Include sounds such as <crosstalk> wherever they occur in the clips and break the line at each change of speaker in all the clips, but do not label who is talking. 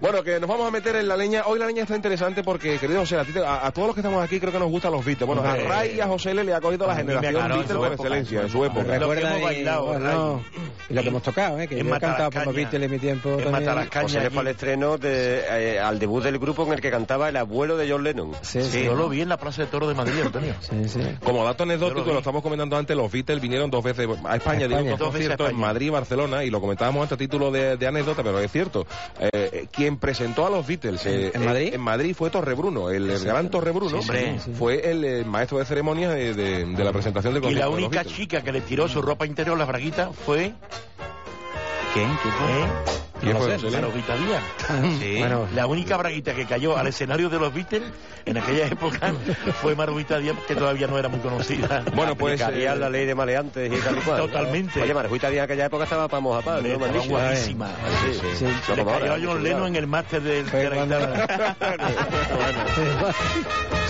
Bueno, que nos vamos a meter en la leña. Hoy la leña está interesante porque, querido José, a, ti te- a- a todos los que estamos aquí creo que nos gustan los Beatles. Bueno, a
Hombre.
Ray y a José le, le ha cogido la
A mí me
generación
agarró en
Beatles
su
por
época,
excelencia,
en
en
su
su
época.
época.
Lo que
Recuerda
hemos
y,
bailado,
bueno, y lo que hemos tocado, ¿eh? que
En
yo he cantado
Matalascaña.
por los Beatles en mi tiempo.
En
también.
Matalascaña.
José
allí.
fue al estreno de, eh, al debut del grupo en el que cantaba el abuelo de John Lennon.
Sí,
Sí,
sí.
yo lo vi en la Plaza de Toro de Madrid, Antonio.
Sí, sí.
Como dato
Yo
anecdótico,
lo vi.
lo estamos comentando antes, los Beatles vinieron dos veces a España, dieron
España.
dos,
Dos veces a
conciertos en
España.
Madrid y Barcelona, y lo comentábamos antes a título de, de anécdota, pero es cierto. Eh, eh, quien presentó a los Beatles eh,
¿En
eh,
Madrid?
en Madrid fue Torrebruno, el, el gran Torrebruno.
hombre.
Fue el, eh, maestro de ceremonias eh, de, de la presentación del
Y
concierto
la
de los
única
Beatles.
chica que le tiró su ropa interior, las braguitas, fue...
¿Quién? ¿Quién fue?
¿eh?
¿Quién fue,
La
José?
Lolita Díaz.
Sí.
Bueno,
La única braguita que cayó al escenario de los Beatles en aquella época fue Marguita Díaz, que todavía no era muy conocida.
Bueno, pues...
Había
eh,
la ley de maleantes y tal y cual.
Totalmente.
Oye, Marjuita Díaz en aquella época estaba para mojapadre,
Hombre,
¿no? me han
estaba
dicho?
guapísima.
Sí, sí.
Sí.
No
Le
como ahora,
cayó a
mucho
John
cuidado.
Lennon en el máster de, de la
Fue cuando-
guitarra.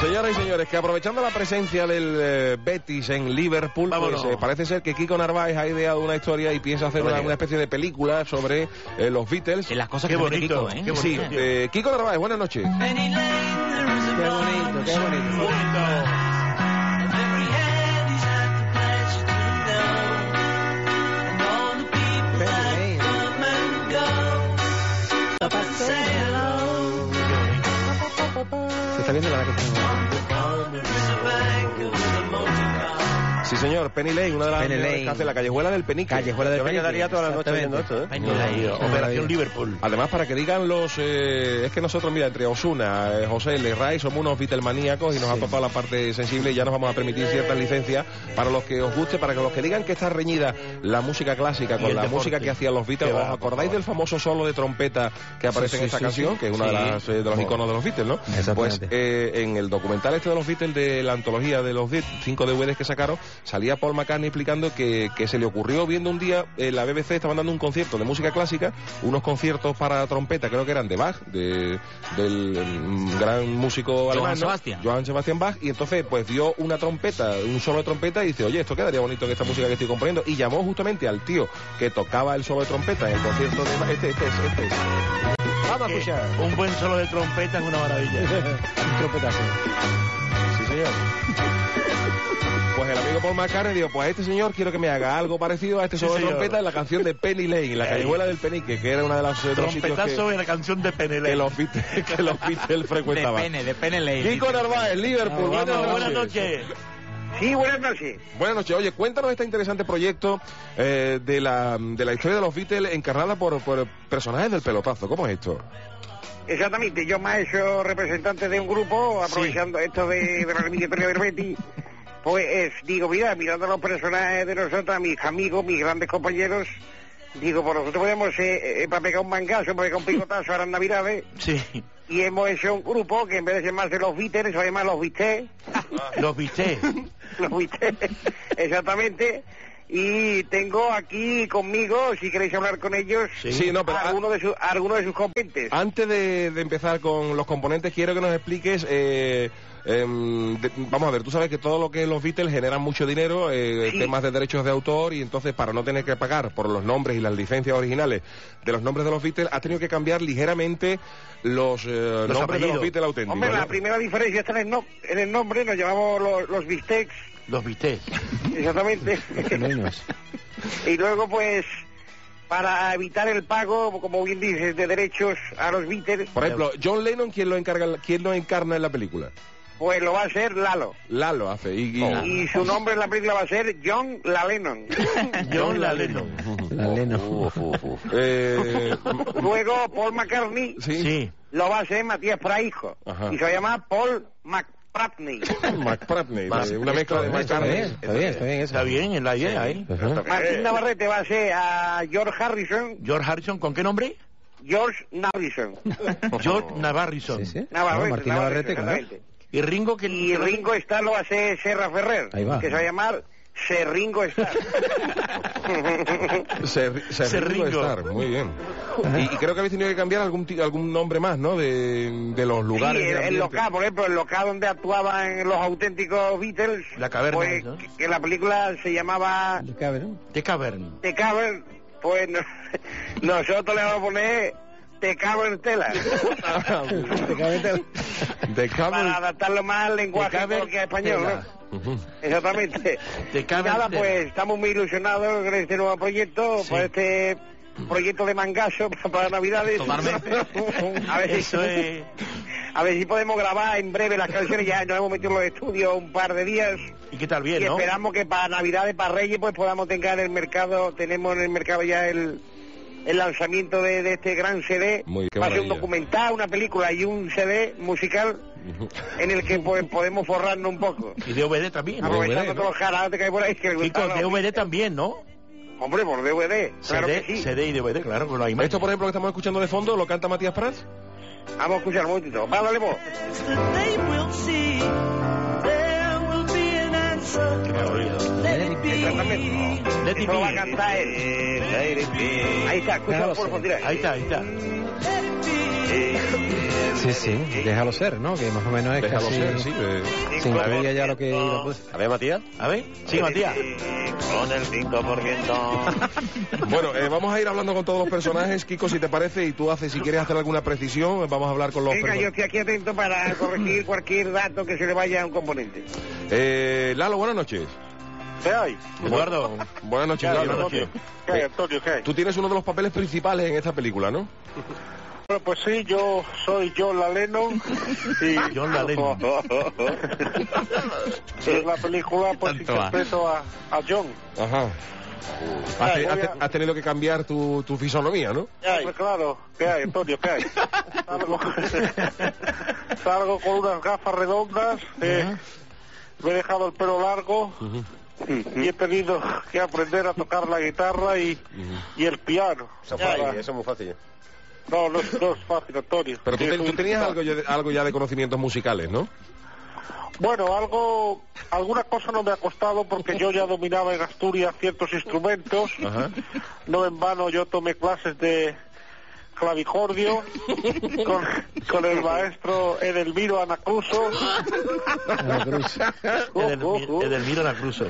Señoras y señores, que aprovechando la presencia del eh, Betis en Liverpool, pues,
Vámonos.
eh, parece ser que Kiko Narváez ha ideado una historia y piensa hacer
No me
una,
digas.
una especie de película sobre eh, los Beatles.
En las cosas
Qué
que te mete
bonito,
Kiko, ¿eh?
qué bonito.
Sí, eh, Kiko Narváez, buenas noches.
Eh. qué bonito, qué bonito. Ven, ven. Se está viendo la verdad que tenemos.
Sí, señor, Penny Lane, una de las
Penny
mejores
Lane.
que hace la callejuela del Penique.
Callejuela del
Yo me
Penique,
quedaría toda la noche viendo esto, ¿eh?
exactamente.
Operación Liverpool.
Además, para que digan los... eh, es que nosotros, mira, entre Osuna, José y Ray, somos unos Beatlemaníacos y nos ha tocado la parte sensible y ya nos vamos a permitir ciertas licencias para los que os guste, para que los que digan que está reñida la música clásica
Y
con
el
la
deporte.
música que hacían los Beatles.
Qué va,
¿Os acordáis
por
del famoso solo de trompeta que aparece
Sí,
en
sí,
esta
sí,
canción,
sí.
que es uno de,
Sí.
las, eh, de los iconos de los Beatles, ¿no?
Exactamente.
Pues eh, en el documental este de los Beatles, de la antología de los 10 cinco DVDs que sacaron, salía Paul McCartney explicando que, que se le ocurrió viendo un día, eh, la BBC estaban dando un concierto de música clásica, unos conciertos para trompeta, creo que eran de Bach, de- del mm, gran músico
Johann
alemán, ¿no?
Sebastian.
Johann Sebastian Bach, y entonces pues dio una trompeta, un solo de trompeta, y dice, oye, esto quedaría bonito en esta música que estoy componiendo, y llamó justamente al tío que tocaba el solo de trompeta en el concierto de... Bach. Este, este, es, este. es. Vamos a
Que
escuchar.
Un buen solo de trompeta es una
<laughs>
maravilla.
Un trompetazo.
Sí,
<laughs>
señor. Pues el amigo Paul McCartney dijo, pues a este señor quiero que me haga algo parecido a este
Sí,
solo de
señor.
trompeta en la canción de Penny Lane, la
Ahí.
callejuela del Penique, que era una de las de los sitios
Trompetazo
que,
en la canción de Penelé.
que los Beatles, <laughs> que los Beatles
De
frecuentaban.
pene, de pene ley.
Kiko Narváez, Liverpool,
Vamos,
buenas noches.
Buenas noches.
Sí, buenas noches.
Buenas noches. Oye, cuéntanos este interesante proyecto eh, de, la, de la historia de los Beatles encarnada por, por personajes del pelotazo. ¿Cómo es esto?
Exactamente, yo me he hecho representante de un grupo, aprovechando esto de, de la eliminatoria del Betis. Pues es- digo, mira, mirando a los personajes de nosotros, a mis amigos, mis grandes compañeros, digo, pues nosotros podemos, eh, eh, para pegar un mangazo, para pegar un picotazo ahora en Navidades,
Sí.
y hemos hecho un grupo que en vez de llamarse los Beatles, se va a llamar los Beatles,
Los viste.
<laughs> los Beatles, <laughs> exactamente, y tengo aquí conmigo, si queréis hablar con ellos,
Sí. Ah,
Sí, no, pero... ah.
a alguno de sus, a alguno de sus componentes.
Antes de, de empezar con los componentes, quiero que nos expliques. eh, em, de- vamos a ver, tú sabes que todo lo que es los Beatles generan mucho dinero, eh,
Sí.
temas de derechos de autor, y entonces para no tener que pagar por los nombres y las licencias originales de los nombres de los Beatles, has tenido que cambiar ligeramente los, eh, nombres de
apellidos.
los Beatles auténticos.
Hombre,
¿no?
la primera diferencia está en el, no- en el nombre, nos llamamos lo- los bistecs,
Los viste.
exactamente.
Menos.
<laughs> y luego, pues, para evitar el pago, como bien dices, de derechos a los Beatles,
Por ejemplo, John Lennon, ¿quién lo, encarga, ¿quién lo encarna en la película?
pues lo va a hacer Lalo.
Lalo hace. Y, y-
Oh.
Y su nombre en la película va a ser John Lennon.
John La Lennon.
La
Oh.
Leno.
Uf, uf, uf.
eh,
luego, Paul McCartney
sí.
Sí.
lo va a hacer Matías Praijo.
Ajá.
Y se va a llamar Paul McPratney.
McCartney,
Más-
eh, una mezcla de
Está
McCartney.
bien, está bien, está bien eso.
Está bien en la idea, ¿eh?
Ajá.
Martín Navarrete va a ser a George Harrison. <laughs>
George Harrison, ¿con qué nombre?
George Navison.
George Navarrison.
Sí, sí.
Navarrete,
No, Martín Navarrete, claro.
exactamente.
Y Ringo que...
Y el Ringo Starr lo hace Serra Ferrer,
Ahí va.
que se va a llamar
<laughs>
Serringo Starr.
Se, se,
Se
Ringo
Ringo.
Starr, muy bien. Y, y creo que habéis tenido que cambiar algún ti- algún nombre más, ¿no? De, de los
Sí,
lugares.
el,
de
el
ambiente.
local, por ejemplo, el local donde actuaban los auténticos Beatles.
La caverna
Pues,
esa.
que, que la película se llamaba
Le cabe, ¿no?
De Cavern.
Te Cavern, pues no- <laughs> nosotros le vamos a poner Te Cavern
<laughs>
Tela.
Le cabe tal.
De
para
cable.
adaptarlo más al lenguaje
Te Cavern
porque a español,
Tela.
¿no?
Ujú.
Exactamente.
Te Cavern
Nada,
Tela.
pues estamos muy ilusionados con este nuevo proyecto,
Sí.
por este proyecto de mangaso <laughs> para Navidades.
Totalmente.
<laughs> a ver si
Pues Eso es...
A ver si podemos grabar en breve las canciones. Ya nos hemos metido en los estudios un par de días.
¿Y qué tal?
y
Bien, ¿no?
esperamos que para Navidades, para Reyes, pues podamos tener en el mercado, tenemos en el mercado ya el, el lanzamiento de, de este gran CD.
Muy, qué
Va a ser un
maravilla.
documental, una película y un CD musical en el que pues, podemos forrarnos un poco.
Y DVD también, ¿no?
Aprovechando
DVD, ¿no?
todos los jarates que hay por ahí. Que le
Chicos,
gustaron.
DVD también, ¿no?
Hombre, por DVD, claro
CD,
que sí.
CD y DVD, claro, con la imagen.
<laughs> Esto, por ejemplo, que estamos escuchando de fondo, lo canta Matías Prats.
Vamos a escuchar un momentito. Va, dale vos.
Qué barbaridad.
Exactamente.
Let it
Eso lo va a
be.
cantar él. Ahí está, escucha,
Claro,
por favor,
sí.
tira.
Ahí está, ahí está.
Sí, sí, déjalo ser, ¿no? Que más o menos es
Déjalo
casi...
ser, sí. eh.
Sin que veía ya lo que iba a poder.
A ver, Matías.
A ver, sí, Matías.
Con el 5%.
Bueno, eh, vamos a ir hablando con todos los personajes, Kiko, si te parece, y tú haces, si quieres hacer alguna precisión, eh, vamos a hablar con los
<laughs> Venga, yo
personajes.
estoy aquí atento para corregir cualquier dato que se le vaya a un componente.
Eh, Lalo, buenas noches.
¿Qué hay?
<laughs>
Eduardo,
Buenas noches,
Claro,
Lalo.
buenas noches.
¿Qué hay, Antonio? ¿Qué hay?
Tú tienes uno de los papeles principales en esta película, ¿no?
Bueno, pues sí, yo soy John Lennon
<laughs>
y...
John La Lennon.
<laughs> en la película pues
Tanto
interpreto a, a John.
Ajá. Has, te-
Ay, voy
has te-
a-
has tenido que cambiar tu, tu fisonomía, ¿no?
Pues claro, ¿qué hay, Antonio? ¿Qué hay? Salgo, salgo con unas gafas redondas, eh, me he dejado el pelo largo y he tenido que aprender a tocar la guitarra y, y el piano.
Eso es
Para-
fácil, eso es muy fácil.
No, no es, no es fácil, Antonio.
Pero tú,
Sí,
te-
es
tú
un-
tenías algo ya, de, algo ya de conocimientos musicales, ¿no?
Bueno, algo, alguna cosa no me ha costado porque yo ya dominaba en Asturias ciertos instrumentos. No en vano yo tomé clases de clavicordio con, con el maestro Edelmiro Anacruso
Ah, Cruz.
Oh,
Edelmi- Edelmiro Nacruso.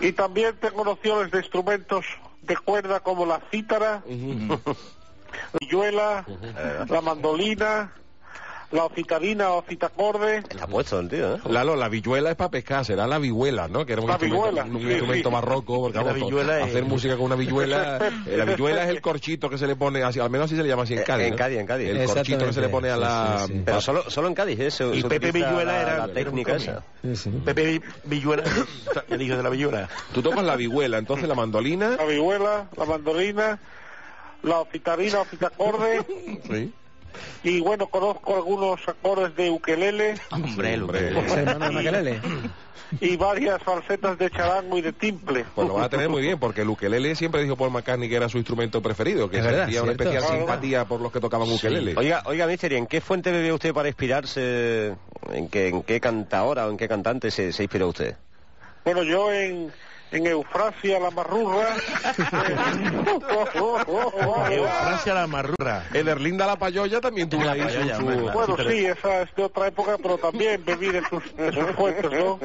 y también tengo nociones de instrumentos de cuerda como la cítara, la vihuela, la mandolina, la ocitarina o citacorde.
Está puesto el tío, ¿eh?
Lalo, la villuela es para pescar, será la vihuela, ¿no? Que era un
La
instrumento,
vihuela,
un
sí,
instrumento
sí.
barroco, porque
La
vamos,
vihuela es-
hacer música con una vihuela. eh, la vihuela es el corchito que se le pone, así, al menos así se le llama así en
Eh,
Cádiz.
en
¿no?
Cádiz, en Cádiz.
El corchito que se le pone a la.
Sí, sí, sí.
Pero solo, solo en Cádiz, ¿eh? Se-
Y
se
Pepe
utiliza
Villuela
la-
era-
La
era
técnica
un
esa.
Sí, sí.
Pepe Villuela, <coughs> el hijo de la Villuela.
Tú tocas la vihuela, entonces la mandolina.
la vihuela, la mandolina, la ofitarina, ofitacorde,
Sí.
y bueno, conozco algunos acordes de ukelele
Hombre,
Hombre.
Luque.
Es hermano de Macarele.
y varias falsetas de charango y de timple.
Pues lo vas a tener muy bien, porque el ukelele siempre dijo Paul McCartney que era su instrumento preferido, que
Es verdad,
sentía una
cierto.
especial
Claro.
simpatía por los que tocaban ukelele.
Oiga, oiga, mister, ¿y en qué fuente bebió usted para inspirarse? ¿En qué, en qué cantadora o en qué cantante se, se inspiró usted?
Bueno, yo en, en Eufrasia, la marrurra.
<laughs> Eufrasia la Marrurra.
Ederlinda la payoya también tuvo ahí su...
Payoya,
su-
verdad.
<laughs> bueno, sí, esa es de otra época, pero también bebí de sus, de sus fuentes, ¿no?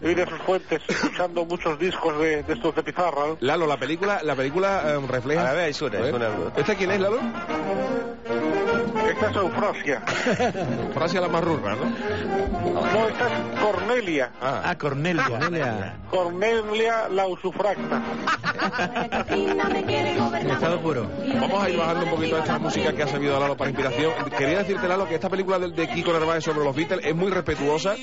Bebí de sus fuentes, escuchando muchos discos de, de estos de pizarra, ¿no?
Lalo, la película, la película eh, refleja...
A ver, ahí suena,
A ver.
suena algo.
¿Este quién es, Lalo?
Esta es Eufrasia.
Francia la marrurra,
<laughs>
¿no?
No, esta es Cornelia.
Ah,
Ah, Cornelia.
Cornelia.
Cornelia la usufracta.
En estado puro.
vamos a ir bajando un poquito a esta música que ha servido Lalo para inspiración. Quería decirte, Lalo, que esta película de, de Kiko Narváez sobre los Beatles es muy respetuosa.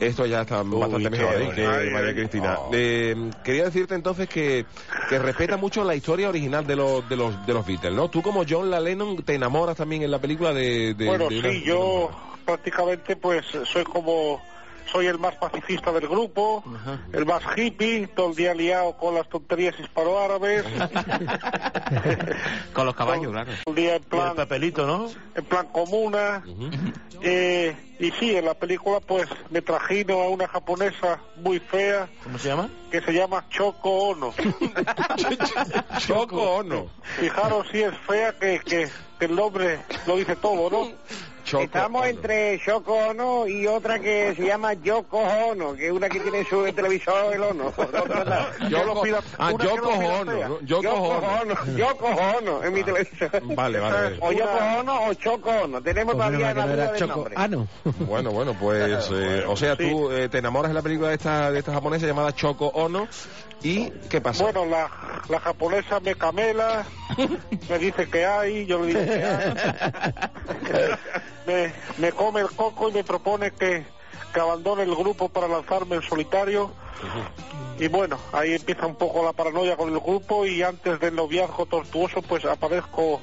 Esto ya está bastante
qué
mejor ¿eh? que
ay,
María
ay.
Cristina.
Oh.
Eh, quería decirte entonces que, que respeta mucho la historia original de los, de los, de los Beatles, ¿no? Tú como John La Lennon te enamoras también en la película de... de-
Bueno,
de
sí,
una- de una
yo
mujer.
prácticamente pues soy como
soy el más pacifista del grupo, el más hippie, todo el día liado con las tonterías hispanoárabes,
Con los caballos, claro.
todo el día en
Y el
plan,
papelito, ¿no?
en plan comuna. Eh, y sí, en la película pues me trajino a una japonesa muy fea
¿Cómo se llama?
que se llama Choco Ono.
<laughs>
Choco Ono.
Fijaros si es fea que, que, que el nombre lo dice todo, ¿no?
Choco
Estamos
Ono.
entre Choco Ono y otra que se llama Yoko Ono, que es una que tiene su televisor el Ono. <laughs>
Yo lo pido. Ah,
una
yo
que lo
cojo
pida fea.
Ono. Yo
Yoko
cojo Ono. Ah.
Ono, Yoko Ono en mi televisor.
Vale, vale, vale.
O Yoko Ono o Choco Ono. Tenemos
Pues
todavía la duda del nombre.
Ah, no.
Bueno, bueno, pues, eh, o sea, tú eh, te enamoras de la película de esta, de esta japonesa llamada Choco Ono y ¿qué pasa?
Bueno, la, la japonesa me <laughs> camela, me dice que hay, yo le digo que hay. <laughs> Me, me come el coco y me propone que, que abandone el grupo para lanzarme en solitario. Y bueno, ahí empieza un poco la paranoia con el grupo y antes del noviazgo tortuoso pues aparezco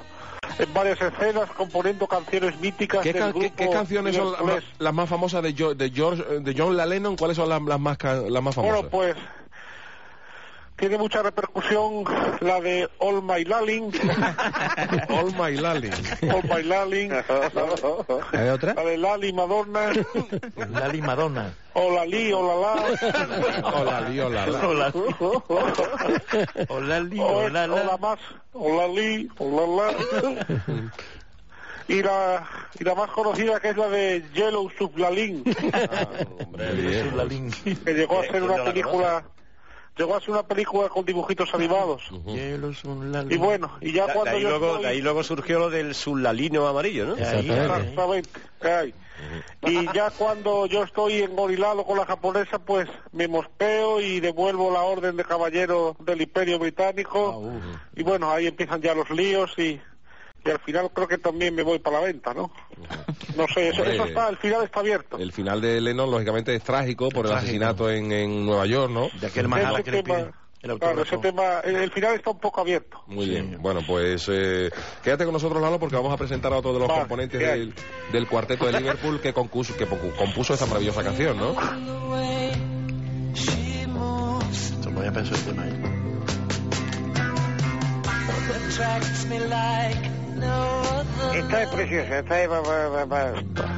en varias escenas componiendo canciones míticas
¿Qué,
del
can-
pues grupo.
qué- qué canciones son la-
Hércules.
la- las más famosas de, Jo- de George, eh, de John La Lennon? ¿Cuáles son las, las más, ca- las más
Bueno,
famosas?
pues tiene mucha repercusión la de All
<laughs>
My Laling,
All My Lali.
All My Laling, la
¿Hay otra?
de Lali Madonna,
La Madonna.
o la Li, o la <laughs>
Hola, Lali, hola. Lali.
Hola,
La,
hola, Lali,
o, es-
hola,
o la
la.
más, o la Li, o la La. Y la, y la más conocida que es la de Yellow Sublaling,
Jesús Lalín.
que llegó a
Eh,
ser
yo
una
la
película, llegó a ser una película con dibujitos animados.
Hielos, un Lalín.
Y bueno, y ya
Da- de,
cuando
ahí
yo
luego,
estoy-
de ahí luego surgió lo del sulalino amarillo, ¿no?
Ahí, ahí,
Exactamente.
Exactamente. ay. Y ya cuando yo estoy engorilado con la japonesa, pues me mosqueo y devuelvo la orden de caballero del Imperio
Ah,
Británico. y bueno, ahí empiezan ya los líos y, y al final creo que también me voy para la venta, ¿no? No sé, eso,
Hombre.
eso está, el final está abierto.
El final de Lennon, lógicamente, es trágico por el
Trágico.
asesinato en, en Nueva York, ¿no?
De aquel
Ese
Mahala que le
tema-
pide el
claro,
autógrafo.
ese tema, el, el final está un poco abierto.
Muy bien. Bueno, pues eh, quédate con nosotros, Lalo, porque vamos a presentar a otro de los
Va,
componentes
bien.
del, del cuarteto de Liverpool que, concus- que pocu- compuso esta maravillosa canción, ¿no?
Esto lo voy a pensar el tema, ¿eh?
Esta es preciosa, esta es... pa- pa- pa- pa-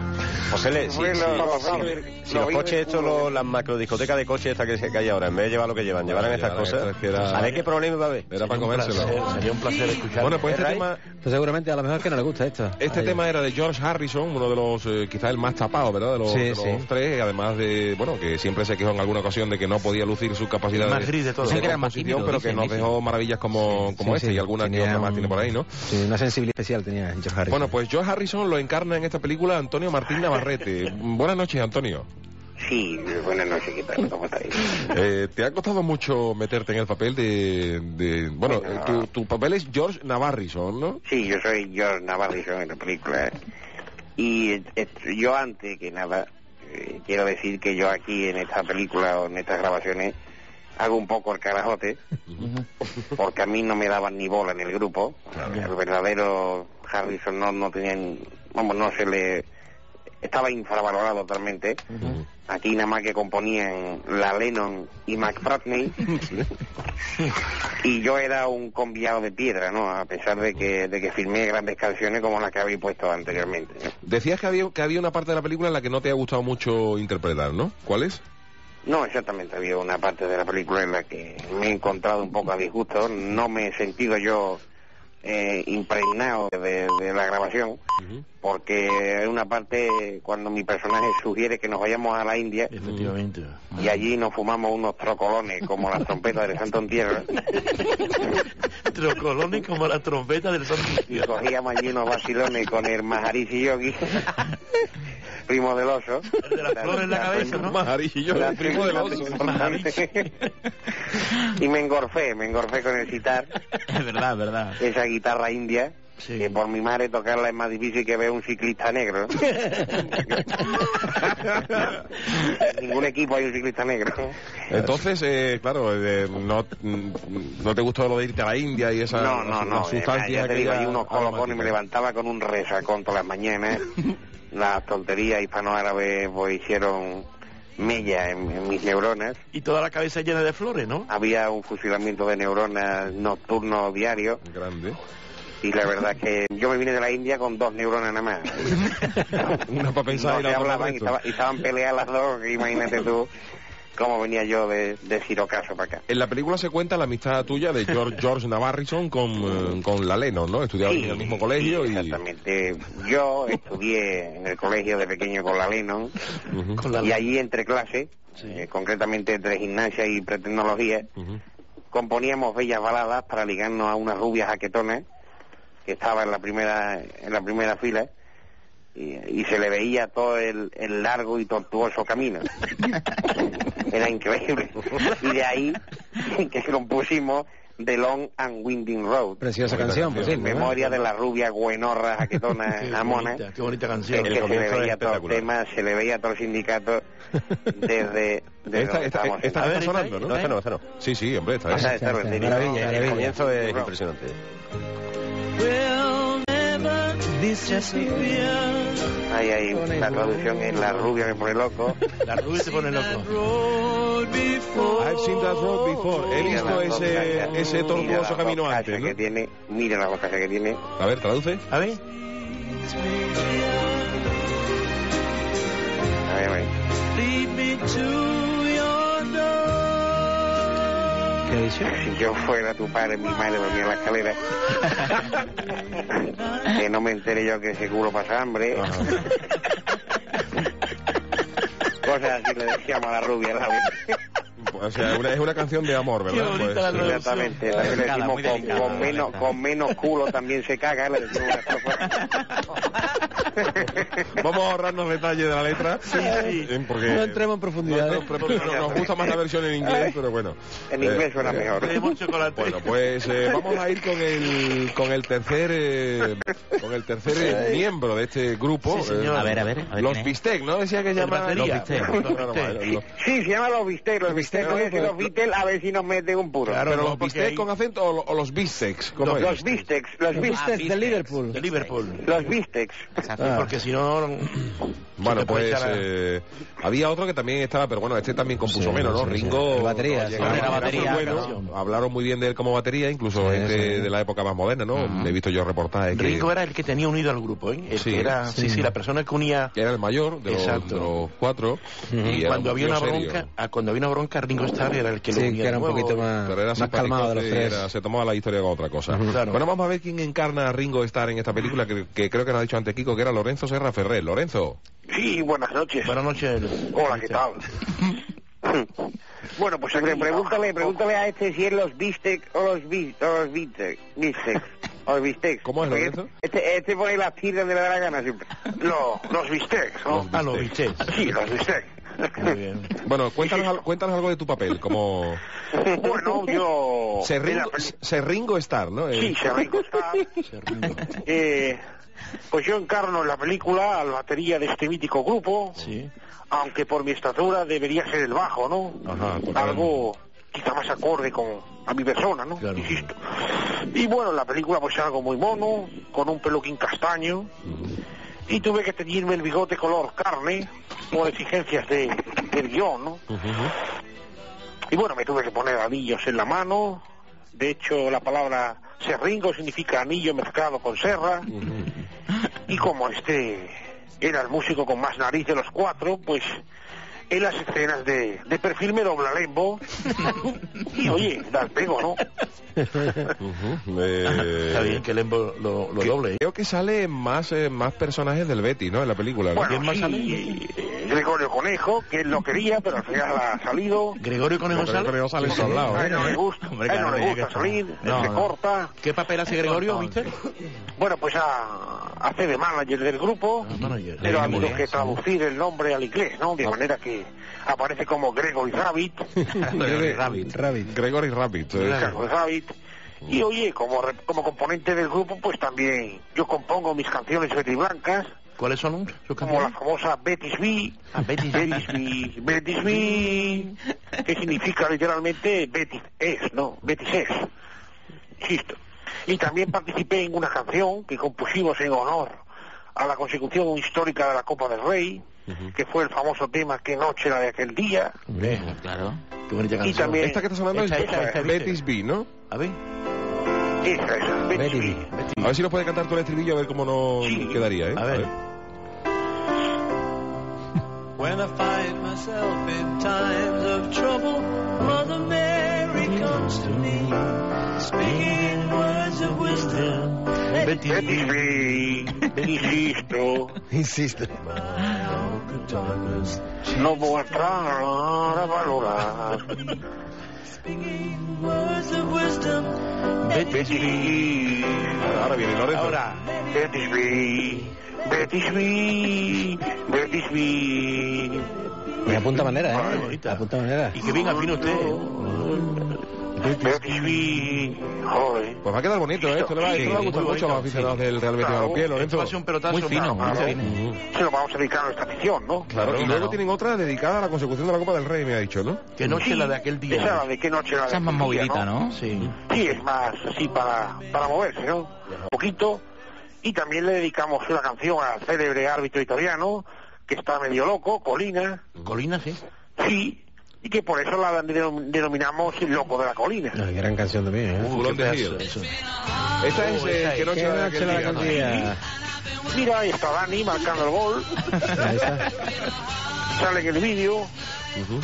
José, le- si,
Bueno,
si-
vamos,
si-
vamos.
si los coches estos, lo- las macrodiscotecas de coches estas que, se- que hay ahora, en vez de llevar lo que llevan, llevaran estas
Llevaran
cosas,
estas que era-
a ver qué problema va a haber.
Era para
Sería un placer,
comérselo.
Sería un placer escuchar.
Bueno, pues este
¿Verdad?
tema,
Pues seguramente a lo mejor que no le gusta esto.
este
Ahí.
tema era de George Harrison, uno de los, eh, quizás el más tapado, ¿verdad? De los,
Sí,
de los
sí.
tres, además de, bueno, que siempre se quejó en alguna ocasión de que no podía lucir su capacidad
El más gris de todos. Dicen que
era más
composición,
tímido,
pero que
dicen,
nos
dicen.
dejó maravillas como, como
Sí,
este
sí.
y algunas que
Tenía
otra más
un-
tiene por ahí, ¿no?
Sí, una sensibilidad especial tenía George Harrison.
Bueno, pues George Harrison lo encarna en esta película Antonio Martín Navarrete. Buenas noches, Antonio.
Sí, buenas noches, ¿qué tal? ¿Cómo estáis?
Eh, ¿Te ha costado mucho meterte en el papel de... de- bueno, eh, tu, tu papel es George Navarrison, ¿no?
Sí, yo soy George Navarrison en la película. Y eh, eh, yo antes que nada, eh, quiero decir que yo aquí en esta película o en estas grabaciones hago un poco el carajote, porque a mí no me daban ni bola en el grupo. El verdadero Harrison no, no tenía, ni- vamos, no se le... Estaba infravalorado totalmente. Aquí nada más que componían la Lennon y McFartney. Y yo era un conviado de piedra, ¿no? A pesar de que, de que firmé grandes canciones como las que habéis puesto anteriormente. ¿no?
Decías que había, que había una parte de la película en la que no te ha gustado mucho interpretar, ¿no? ¿Cuál es?
No, exactamente, había una parte de la película en la que me he encontrado un poco a disgusto, no me he sentido yo eh, impregnado de, de la grabación, porque hay una parte cuando mi personaje sugiere que nos vayamos a la India
Efectivamente.
y allí nos fumamos unos trocolones como las trompetas del Santo en Tierra
Trocolones como la trompeta del Santo
y cogíamos allí unos vacilones con el
<laughs>
Maharishi Yogi, primo del oso.
de las flores en la cabeza, ¿no?
Majarillo,
La
el primo del
primera
oso.
vez importante. y me engorfé, me engorfé con el citar,
Es verdad, es verdad.
esa guitarra india,
Sí.
que por mi madre tocarla es más difícil que ver un
<laughs>
ciclista negro. en ningún equipo hay un ciclista negro.
Entonces, eh, claro, eh, no, mm, no te gustó lo de irte a la India y esa
No, no, no.
sustancia
ya te digo,
aquella
hay unos colocones y
aromática.
me levantaba con
<laughs>
un resacón todas las mañanas. las tonterías hispanoárabes pues, hicieron mella en, en mis neuronas.
Y toda la cabeza llena de flores, ¿no?
Había un fusilamiento de neuronas nocturno diario
Grande.
y la verdad es que yo me vine de la India con dos neuronas
<laughs>
nada más.
Una para pensar
<laughs> no
y la
se
otra para
hablaban y,
esto.
estaba- y estaban peleadas las dos, que imagínate tú cómo venía yo de, de Sirocaso para acá.
En la película se cuenta la amistad tuya de George, George Navarrison
<laughs>
con, eh, con la Lennon, ¿no? Estudiaban en el mismo colegio
sí,
y...
Exactamente. Yo estudié en el colegio de pequeño con la Lennon
Ujú,
Con la-
y allí entre clases,
Sí.
eh, concretamente entre gimnasia y pretecnología,
ujú.
componíamos bellas baladas para ligarnos a una rubia jaquetona que estaba en la primera en la primera fila y, y se le veía todo el, el largo y
<laughs>
tortuoso camino era increíble y de ahí <laughs> que compusimos The Long and Winding Road
Preciosa
Bonita
canción, por ¿eh?
canción.
sí.
en memoria de la rubia guenorra
<laughs>
jaquetona
Qué
jamona
bonita, qué bonita
que,
canción.
que
El
se le
comienzo es
veía todo el
espectacular.
tema se le veía todo
<laughs>
el sindicato desde, desde
Esta,
donde
esta,
estábamos
esta
A
que
ver,
está sonando,
¿está ahí?
¿no?
¿Está
Esta no, esta no.
Sí, sí, hombre, esta
sentados.
es.
Esta es
Maravilla,
la maravilla,
El
maravilla.
comienzo es impresionante.
Ay, ay, la traducción es la rubia me pone loco.
La rubia se pone loco.
I've seen that road before. <laughs> He
Mira
visto
las dos calles,
ese, ese
mira las
tortuoso
dos
camino
calles
antes,
Que
¿no?
tiene, mira la bocaja que tiene.
A ver, traduce.
A ver,
A ver, a ver.
¿Qué ha dicho?
Si yo fuera tu padre, mi madre dormía en la escalera.
<laughs>
que no me entere yo que ese culo pasa hambre. <laughs> Cosas así le decíamos a la rubia. ¿la vez.
O sea, una- es una canción de amor,
Qué
¿verdad? Pues,
bonita la traducción.
Exactamente. También le
Delicada,
decimos
muy
con,
delicada,
con
muy
menos,
delicada.
con menos culo también se caga. Le decimos una <laughs> cosa.
Vamos a ahorrarnos detalles de la letra.
sí.
eh, Porque
No entremos en profundidad.
no, no, no, no, nos gusta más la versión en inglés, pero bueno.
En
Eh,
inglés suena mejor.
tenemos chocolate.
Bueno, pues eh, vamos a ir con el con el tercer eh, con el tercer eh, miembro de este grupo.
Sí, señor.
eh,
A ver, a ver, a ver
los
quién es.
bistec, ¿no? Decía que llamaban
batería.
los bistec.
Los
No, no, no,
bistec.
los-
Sí, se llama Los Bistecs. Los Bistecs, no sé si los Bistecs, a ver si nos meten un puro.
Claro,
pero
no,
los
porque
bistec
ahí-
con acento o, lo- o los bistecs, ¿cómo
Los
es?
Bistecs, los
Ah,
Bistecs,
de Liverpool.
De <laughs> Liverpool.
los Bistecs.
Ah.
Porque si no... se
Bueno,
te puede
pues
echar a-
eh, había otro que también estaba, pero bueno, este también compuso
Sí,
menos, ¿no?
sí, sí.
Ringo.
El batería,
no
sí.
llegaba,
Era
era
batería,
muy bueno.
canción.
Hablaron muy bien de él como batería, incluso
Sí,
gente
sí.
de la época más moderna, ¿no? He visto yo reportajes que,
Ringo era el que tenía unido al grupo, ¿eh? El
Sí,
que era, sí,
sí.
sí, la persona que unía...
que era el mayor de los,
Exacto.
de los cuatro. y era un
Cuando había
tío
una
serio.
bronca, ah, cuando había una bronca, Ringo Starr era el que lo
Sí,
unía
que era
de
un
nuevo.
poquito más,
Pero era
más calmado de los
simpaticote y
tres.
era- se tomaba la historia con otra cosa.
Claro.
Bueno, vamos a ver quién encarna a Ringo Starr en esta película, que, que creo que nos ha dicho antes Kiko, que era Lorenzo Serra Ferrer. Lorenzo.
Sí, buenas noches.
Buenas noches.
Hola, ¿qué tal? bueno, pues hombre, pregúntale, pregúntale a este si es los Bistecs o los Bistecs, o los Bistecs, bistecs, o los Bistecs.
¿Cómo es,
Porque
Lorenzo?
Este, este pone las tiras de la gana siempre. No, los Bistecs,
¿no?
Ah, los bistecs.
Sí, los Bistecs.
Muy bien.
Bueno, cuéntanos, al- cuéntanos algo de tu papel,
<laughs>
como...
bueno, yo...
Ser
en la
Ringo,
peli-
pues-
ser Ringo Starr, ¿no? Eh,
Sí, se recostaba. Eh, pues yo encarno en la película al batería de este mítico grupo,
Sí.
aunque por mi estatura debería ser el bajo, ¿no?
Ajá, porque-
Algo quizá más acorde con a mi persona, ¿no?
Claro.
Insisto. Y bueno, en la película pues algo muy mono, con un peluquín castaño, y tuve que teñirme el bigote color carne por exigencias de, del guión, ¿no?
Ujú, ujú.
Y bueno, me tuve que poner anillos en la mano. De hecho, la palabra serringo significa anillo mezclado con serra. Y como este era el músico con más nariz de los cuatro, pues en las escenas de, de perfil me dobla el embo. y oye, da el pego, ¿no?
Ujú, eh,
Está bien que el embo lo, lo doble. ¿eh?
Creo que sale más eh, más personajes del Betty, ¿no? En la película, ¿no?
Bueno, sí, eh, Gregorio Conejo, que él lo quería, pero al final ha salido.
Gregorio Conejo
Pero creo que
González.
no sale soldado,
A
¿eh?
él no le gusta,
Hombre,
a él no
claro,
le
ya
gusta
que está.
salir,
No,
se
no.
corta.
¿Qué papel hace Gregorio, viste?
Bueno, pues a, hace de manager del grupo,
Ah, manager.
pero ha
Muy
habido
bien,
que
sí. Ah.
traducir el nombre al inglés, ¿no? De manera que aparece como Gregory
<laughs>
Rabbit,
Gregory
Rabbit. Rabbit.
Gregory Rabbit. eh.
Gregory Rabbit.
Mm.
Y oye, como, re- como componente del grupo, pues también yo compongo mis canciones Betty Blancas,
¿Cuáles son sus
como la
canciones?
famosa Betty's B,
Ah, Betty's B.
Betty's B, Betty's B, que significa literalmente Betty es, ¿no? Betty es. Insisto. Y también participé en una canción que compusimos en honor a la consecución histórica de la Copa del Rey, que fue el famoso tema que noche la de aquel día.
Bien,
Claro.
qué bonita
Y
canción.
también-
Esta que está sonando
Esta,
es
esta, esta, ¿viste?
Betis B, ¿no?
A ver.
Esa es, Betty
Betty.
B.
A ver si nos puede cantar todo el estribillo, a ver cómo nos
Sí.
quedaría, ¿eh?
A ver.
When I find myself in times of trouble, Mother Mary comes to me, speaking words of wisdom.
Betty.
Betty B. Insisto,
Insiste.
no puedo entrar a valorar.
Speaking words of wisdom.
Betty B.
Ahora viene Lorenzo.
Ahora.
Betis B. Betis B. Betis B.
Me Pues apunta manera,
Ay,
¿eh?
bonita.
Apunta manera.
Y que bien afino usted. ¿eh?
Betis B. Joder.
Pues va a quedar bonito, ¿eh? Esto le va, esto le va a gustar
Sí, muy
mucho a los
bonito,
aficionados del Real Betis
Claro,
Balompié,
Esto
Lorenzo.
va a ser un pelotazo. ¿eh?
Muy fino,
bravo.
muy
Claro.
fino.
Se lo vamos a dedicar a esta afición, ¿no?
Claro, y
Claro,
luego
claro.
tienen otra dedicada a la consecución de la Copa del Rey, me ha dicho, ¿no?
Qué noche la de aquel
Esa era la
día.
de qué noche era la
Esa
de
es más
aquel día,
movidita, ¿no?
Sí.
Sí, es más así para, para moverse, ¿no? Un poquito. Y también le dedicamos una canción al célebre árbitro italiano, que está medio loco, Colina,
Colina, sí.
sí, y que por eso la denom- denominamos el loco de la colina.
No, qué gran canción también, ¿eh?
Fulón
Qué
de
pedazo,
Gil.
eso.
Esta es
Oh,
eh,
esa
qué
es.
noche
Qué
la de
noche
aquel
la
día. ¿no?
cantidad.
Mira, ahí está Dani marcando el gol,
Ahí está.
sale en el vídeo, Ah,
Ujú.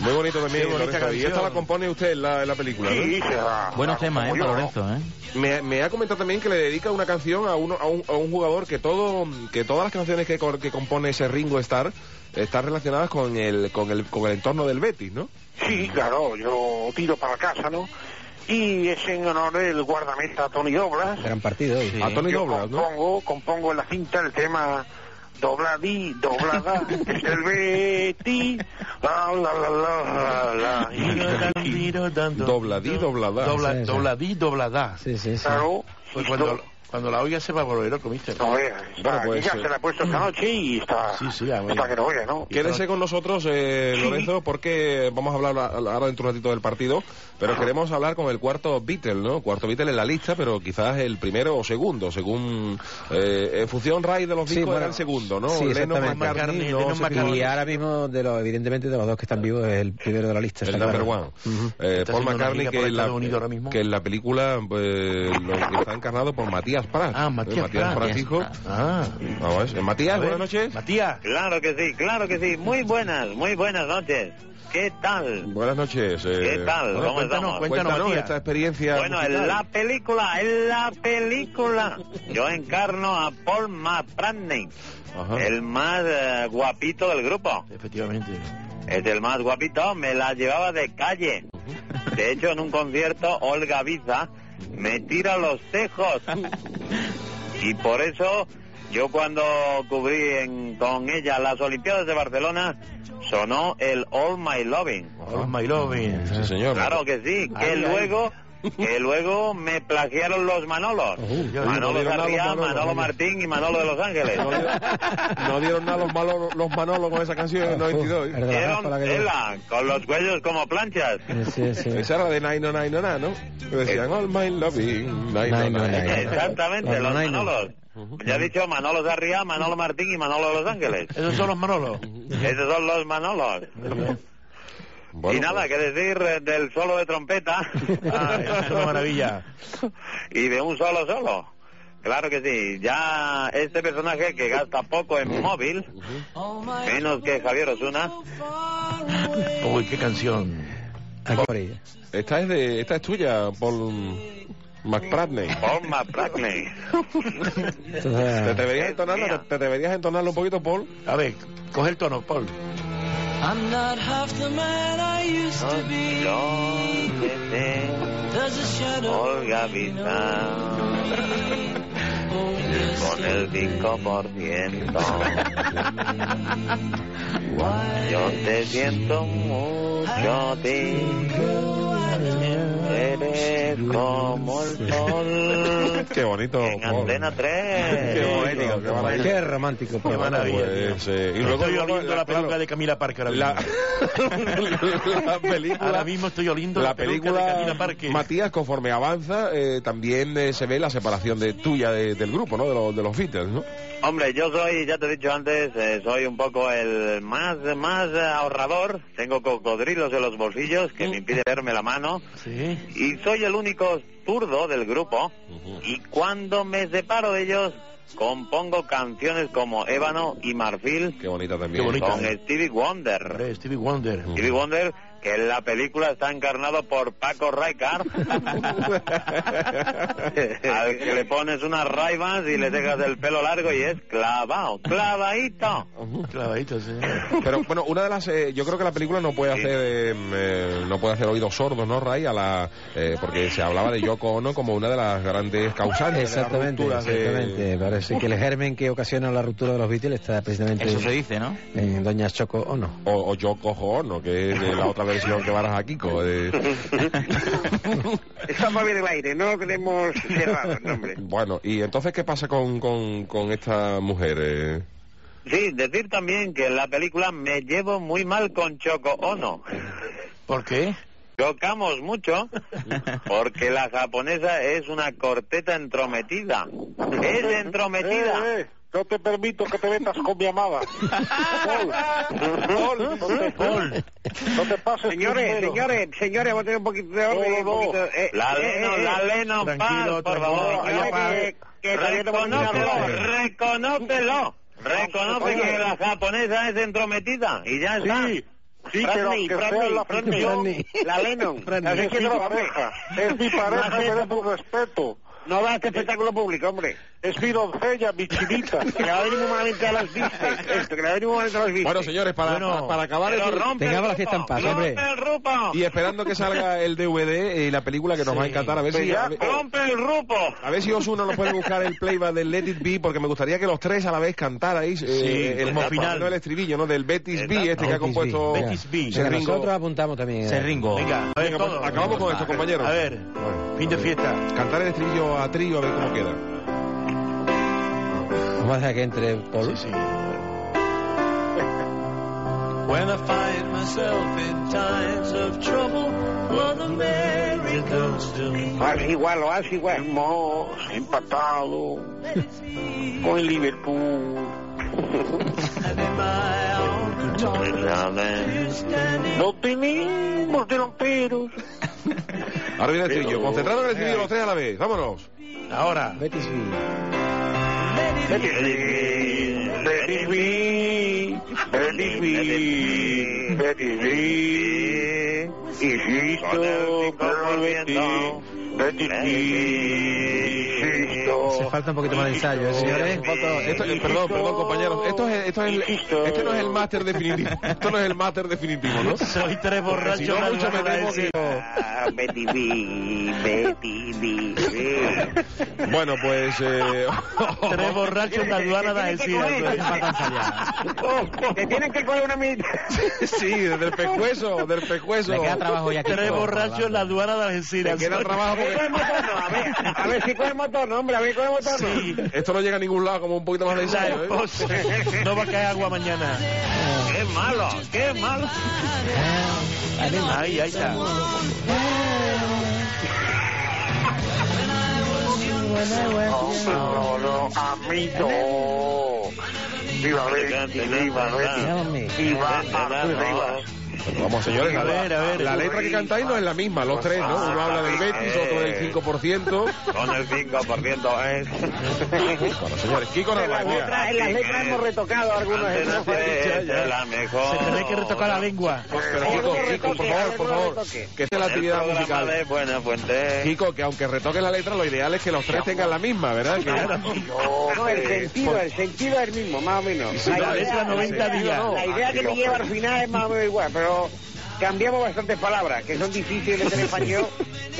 Muy bonito también,
Qué bonita
Lorenzo. Y
canción.
esta la compone usted en la, en la película, ¿no?
sí, se la-
Buenos
la-
temas,
como
¿eh?
yo,
Para
¿no?
Lorenzo, ¿eh?
Me, me ha comentado también que le dedica una canción a, uno, a, un, a un jugador que todo que todas las canciones que, cor- que compone ese Ringo Starr están relacionadas con el, con el con el entorno del Betis, ¿no?
Sí, claro, yo tiro para casa, ¿no? Y es en honor del guardameta Tony Doblas,
Gran partido hoy.
A Tony
Yo
Doblas, ¿no?
compongo, compongo en la cinta el tema Dobladi, doblada, es el Betty, la la la la la.
<laughs>
Y,
Dobladí, dobladá.
Dobla,
Sí, sí.
Dobladí, dobladá.
Sí, sí,
Ah,
sí.
claro,
Pues
y
cuando,
to-
cuando la oiga se va a volver loco, mister.
no veas, está-
Bueno, pues,
ya
eh,
se la ha puesto esta noche y está,
Sí, sí, ah, bueno.
está que no vea, ¿no?
Quédese con nosotros, eh, Lorenzo, porque vamos a hablar a- a- ahora dentro de un ratito del partido, pero queremos hablar con el cuarto Beatle, ¿no? Cuarto Beatle en la lista, pero quizás el primero o segundo, según eh, en función Ray de los
Sí,
discos
bueno,
era el segundo, ¿no?
sí,
Lennon,
exactamente.
McCartney, no
Lennon,
sé
McCartney.
quién.
Y ahora mismo, de los, evidentemente, de los dos que están vivos, es el primero de la lista.
El
está
number
claro.
one.
Ujú.
Eh,
Está
Paul
haciendo una
McCartney,
gira
que
por
en, la,
Estados Unidos ahora mismo.
que en la película eh, lo que está encarnado por Matías Prat.
Ah,
Eh,
Matías
Matías
Prat.
Prat, hijo.
Ah.
Vamos, eh, Matías,
A ver,
buenas noches.
Matías.
Claro que sí, claro que sí. Muy buenas, muy buenas noches. ¿Qué tal?
Buenas noches. eh,
¿Qué tal?
bueno,
¿Cómo
cuéntanos,
estamos?
cuéntanos
Matías.
esta experiencia.
Bueno, en
musical.
la película, en la película, yo encarno a Paul McCartney,
Ajá.
el más eh, guapito del grupo.
Efectivamente.
Es el más guapito, me la llevaba de calle. De hecho, en un concierto, Olga Biza me tira los
<laughs>
tejos. Y por eso, yo cuando cubrí en- con ella las Olimpiadas de Barcelona, sonó el All My Loving.
All my loving.
Sí, señor.
Claro que sí, que
Ahí,
luego que luego me plagiaron los Manolos.
ya,
no
Manolo
dieron nada
Sarriá,
los Manolos,
Manolo
ahí.
Martín y Manolo de Los Ángeles.
No dieron, no dieron nada los, malos, los Manolos con esa canción del 92.
Era de la
Hicieron
ráfaga que-
tela, con los cuellos como planchas.
Sí, sí.
Eh, Esa era la de Nine on Nine on Nine, ¿no? Que
Eh,
decían All My Loving, Nine on
Nine on
Nine.
Nine.
Exactamente,
Los
los
Manolos.
Manolos. Ya he dicho Manolo Sarriá, Manolo Martín y Manolo de Los Ángeles.
Esos son
<laughs>
los Manolos.
Esos son los Manolos.
Bueno,
y nada, que decir eh, del solo de trompeta.
Ah, es una maravilla.
y de un solo solo. Claro que sí. Ya este personaje que gasta poco en móvil, menos que Javier Osuna,
Uy, qué canción.
Aquí por ella.
Esta es, de, esta es tuya, Paul McPratney.
Paul McCartney.
Te
Entonces,
deberías,
Es
entonarla,
mía.
te, te deberías entonarla un poquito, Paul.
A ver, coge el tono, Paul.
I'm not half the man I used to be.
Yo desde
There's a
<laughs>
shadow.
Olga Vista
Oh, yes,
con el 5%. Yo te siento mucho a ti. Eres Como el sol.
Qué bonito.
En
Paul.
Antena 3.
Mm. Qué bonito, qué maravilla.
Qué romántico.
Qué
Paul.
maravilla.
Pues,
tío.
eh, y luego-
estoy
luego-
oliendo
la-
la, película
claro.
de Camila Parker. ahora
La,
mismo.
<laughs> la película.
Ahora mismo estoy oliendo la,
la
peluca de Camila
película,
Parker.
Matías, conforme avanza, eh, también eh, se ve la separación de tuya de- del grupo, ¿no? De, los de los Beatles, ¿no?
Hombre, yo soy, ya te he dicho antes, eh, soy un poco el más más eh, ahorrador. Tengo cocodrilos en los bolsillos que me impide verme la mano.
Sí.
Y soy el único zurdo del grupo. Y cuando me separo de ellos, compongo canciones como Ébano y Marfil
Qué bonita también.
Qué bonita.
con Stevie Wonder.
Hombre, Stevie Wonder.
Stevie Wonder, que en la película está encarnado por
<laughs>
Paco Raikar, al que le pones unas raibas y le dejas el pelo largo y es clavado, clavadito.
Clavadito, sí.
Pero bueno, una de las, eh, yo creo que la película no puede hacer, eh, eh, no puede hacer oídos sordos, ¿no, Ray? A la, eh, porque se hablaba de Yoko Ono como una de las grandes causantes.
Exactamente,
de la ruptura de-
exactamente. Parece que el germen que ocasiona la ruptura de los Beatles está precisamente
Eso se dice, ¿no?
en Doña Choco Ono.
O, o Yoko Ono, que es eh, la otra versión que baraja Kiko. eh.
Estamos bien el aire, no lo tenemos cerrado el nombre.
Bueno, ¿y entonces qué pasa con, con, con esta mujer? eh?
Sí, decir también que en la película me llevo muy mal con Choco Ono.
¿Por qué?
Chocamos mucho porque la japonesa es una corteta entrometida. Es entrometida.
Eh, eh, no te permito que te metas con mi amada. Paul, Paul, no te- no te pases.
Señores,
primero.
señores, señores, vamos a tener un poquito de
No,
orden.
no.
un poquito- eh,
Oh, La
eh,
Lennon,
eh,
la Lennon,
Tranquilo,
paz, por
tranquilo,
favor.
eh,
Oye, pa-
eh, que todavía no hemos
Reconócelo,
terminado.
reconócelo. Reconoce
Oye.
que la japonesa es entrometida y ya está.
Sí, sí, pero
Franny,
que sea
Franny,
la
Franny.
ficción,
La Lennon.
es mi pareja, es mi pareja,
No,
merece un respeto.
No va a este espectáculo público, hombre.
Es mi doncella, mi chinita.
<laughs> Que le va a venir muy malamente a las vistas. Esto, que le va a venir muy malamente a las vistas.
Bueno, señores, para,
Bueno.
para, para acabar
Pero
el-
rompe
Tengamos la
el
fiesta en
grupo,
paz, hombre.
Rompe el grupo.
y esperando que salga el DVD y la película que nos va a encantar, a ver si... a ver-
Rompe el grupo.
A ver si Osuna nos puede buscar el playback del Let It Be, porque me gustaría que los tres a la vez cantarais eh, el
como
por lo
final.
menos el estribillo, ¿no? Del Betis B, este que ha
Betis
compuesto...
B.
Betis B.
Venga,
Serringo.
nosotros apuntamos también. eh,
Se ringo.
Venga, a ver,
Venga, pues,
todo.
acabamos con esto, compañeros.
A ver, fin de fiesta.
Cantar el estribillo a trío, a ver cómo queda.
Vamos a dejar que entre Paul.
Sí, sí.
When I find myself in times of trouble, Mother Mary comes to me.
Haz igual, lo haz igual.
Hemos empatado con el Liverpool.
And in my arms,
Pues,
you're standing.
No tenemos delanteros.
Ahora viene el estribillo. Concentrado en el estribillo los tres a la vez. Vámonos.
Ahora.
Betis B.
Betis B, Betis B, Betis B. Insisto, pero Betis, Betis B,
Se
insisto.
falta un poquito más de ensayo, ¿eh, señores.
Esto- eh, perdón, perdón, compañeros. Esto es, esto es el,
Insisto.
este no es el máster definitivo. <laughs> Esto no es el máster definitivo, ¿no?
Soy tres borrachos.
Si no,
largo
mucho me
para
temo
decir.
que...
Ah, Betty B, Betty B.
Bueno, pues... Eh... <laughs>
Tres borrachos, una aduana da el sí.
Te tienen que coger una mitad.
sí, desde el pescuezo, del pescuezo.
Le queda trabajo ya.
Tres borrachos, la aduana de
Le
Algeciras.
queda trabajo porque...
A ver, a ver si cogemos tono, hombre, a ver si cogemos tono.
Sí,
Esto no llega a ningún lado, como un poquito más de
la
ensayo, ¿eh?
esposa. No va a caer agua mañana.
Qué malo, qué malo.
Ahí, ahí está.
No, no, no, a mí no. Viva Betis, viva Betis, viva arriba.
Vamos, señores,
A
la,
ver, a ver.
la letra que cantáis no es la misma, los tres, ¿no? Uno habla del Betis, otro del 5%.
Con el 5%
<laughs>
es.
Bueno, señores, Kiko nos
Las letras- en las letras hemos retocado algunas.
Antena tres es la mejor.
Se tenés que retocar la lengua.
Pero Kiko, Kiko, por favor, por favor, que esta es la
El
actividad
programa de
musical.
Buena Fuente.
Kiko, que aunque retoquen la letra, lo ideal es que los tres tengan la misma, ¿verdad? Que-
No, el sentido, el sentido es el mismo, más o menos.
Sí,
La
no,
idea-
es la
90 días.
La idea que me lleva al final es más o menos igual, pero
cambiamos bastantes palabras, que son difíciles en español.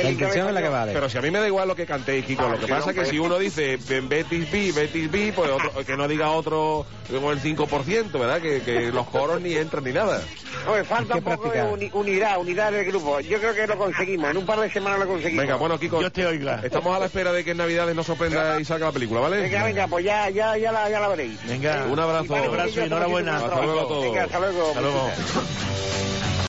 La intención es la que vale. Pero si a mí me da igual lo que cantéis, Kiko, lo que
sí,
pasa es que
hombre.
si uno dice "Ben- Betis B, Betis B, pues otro- que no diga otro como el 5%, ¿verdad? Que, que los coros ni entran ni nada.
Pues falta un poco de uni- unidad, unidad del grupo. Yo creo que lo conseguimos, en un par de semanas lo conseguimos.
Venga, pues. bueno, Kiko.
Dios te oiga.
Estamos a la espera de que en Navidades nos sorprenda y salga la película, ¿vale?
Venga, venga, pues ya, ya, ya, la, ya la veréis.
Venga,
Un abrazo.
Un abrazo y enhorabuena.
Hasta luego a todos.
Venga, hasta luego.
Hasta luego.